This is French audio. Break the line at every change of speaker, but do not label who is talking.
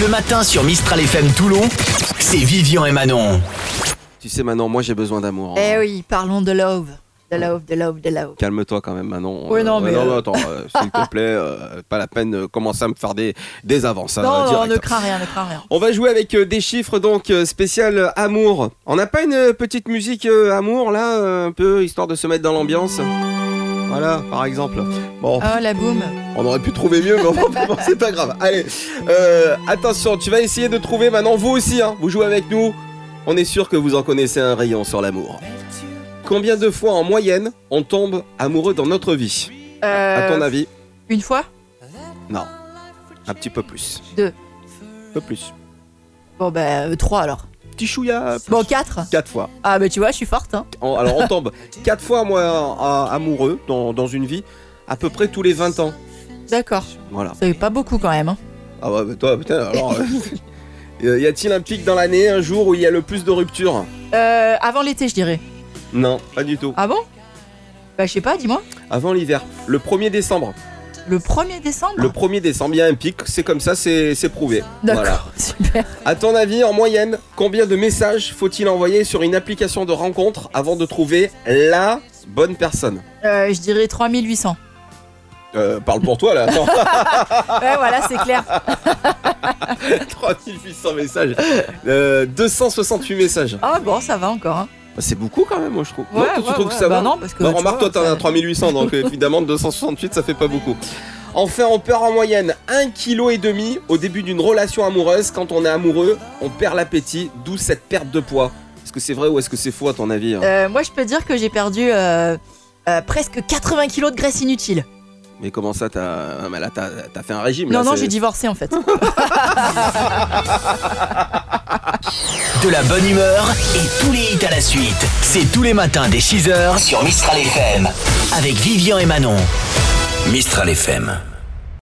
Le matin sur Mistral FM Toulon, c'est Vivian et Manon.
Tu sais, Manon, moi j'ai besoin d'amour. hein.
Eh oui, parlons de love. De love, de love, de love.
Calme-toi quand même, Manon.
Ouais, non, mais, euh,
attends, euh, s'il te plaît, euh, pas la peine de commencer à me faire des, des avances. hein,
non, non,
direct.
ne crains rien, ne crains rien.
On va jouer avec euh, des chiffres donc euh, spécial euh, amour. On n'a pas une euh, petite musique euh, amour là, euh, un peu histoire de se mettre dans l'ambiance. Voilà, par exemple. Bon,
Oh la boum.
on aurait pu trouver mieux, mais enfin, bon, c'est pas grave. Allez, euh, attention, tu vas essayer de trouver maintenant vous aussi. hein. vous jouez avec nous. On est sûr que vous en connaissez un rayon sur l'amour. Combien de fois en moyenne on tombe amoureux dans notre vie À
Euh,
ton avis
Une fois
Non. Un petit peu plus.
Deux.
Un peu plus.
Bon, ben, euh, trois alors.
Petit chouïa. plus.
Bon, quatre
Quatre fois.
Ah, ben tu vois, je suis forte. Hein.
On- alors on tombe quatre fois moi, à- amoureux dans, dans une vie, à peu près tous les 20 ans.
D'accord.
Voilà.
Ça fait pas beaucoup quand même. hein.
Ah ouais, mais toi, putain, alors. euh, euh, y a-t-il un pic dans l'année, un jour où il y a le plus de ruptures
Euh, avant l'été, je dirais.
Non, pas du tout.
Ah bon Bah, je sais pas, dis-moi.
Avant l'hiver, le 1er décembre.
Le 1er décembre
Le 1er décembre, il y a un pic, c'est comme ça, c'est c'est prouvé.
D'accord,
Voilà.
super.
À ton avis, en moyenne, combien de messages faut-il envoyer sur une application de rencontre avant de trouver la bonne personne
Euh, je dirais 3800.
euh, Parle pour toi là, attends.
Ouais, voilà, c'est clair.
3800 messages. Euh, 268 messages.
Ah bon, ça va encore. Hein.
Bah, C'est beaucoup quand même, moi je trouve.
Ouais,
Non, toi, tu
ouais,
trouves
ouais.
que ça
bah
va
non, parce que.
Bah,
tu
remarque, toi,
vois,
t'en as
ça-
3800, donc euh, évidemment, 268, ça fait pas beaucoup. Enfin, on perd en moyenne 1,5 kg au début d'une relation amoureuse. Quand on est amoureux, on perd l'appétit, d'où cette perte de poids. Est-ce que c'est vrai ou est-ce que c'est faux à ton avis hein
Euh, moi, je peux dire que j'ai perdu euh, euh, presque 80 kilos de graisse inutile.
Mais comment ça, t'as ah, mais là, t'as t'as fait un régime
Non,
là,
non,
c'est-
j'ai divorcé en fait.
De la bonne humeur et tous les hits à la suite. C'est tous les matins dès 6h sur Mistral FM. Avec Vivian et Manon. Mistral FM.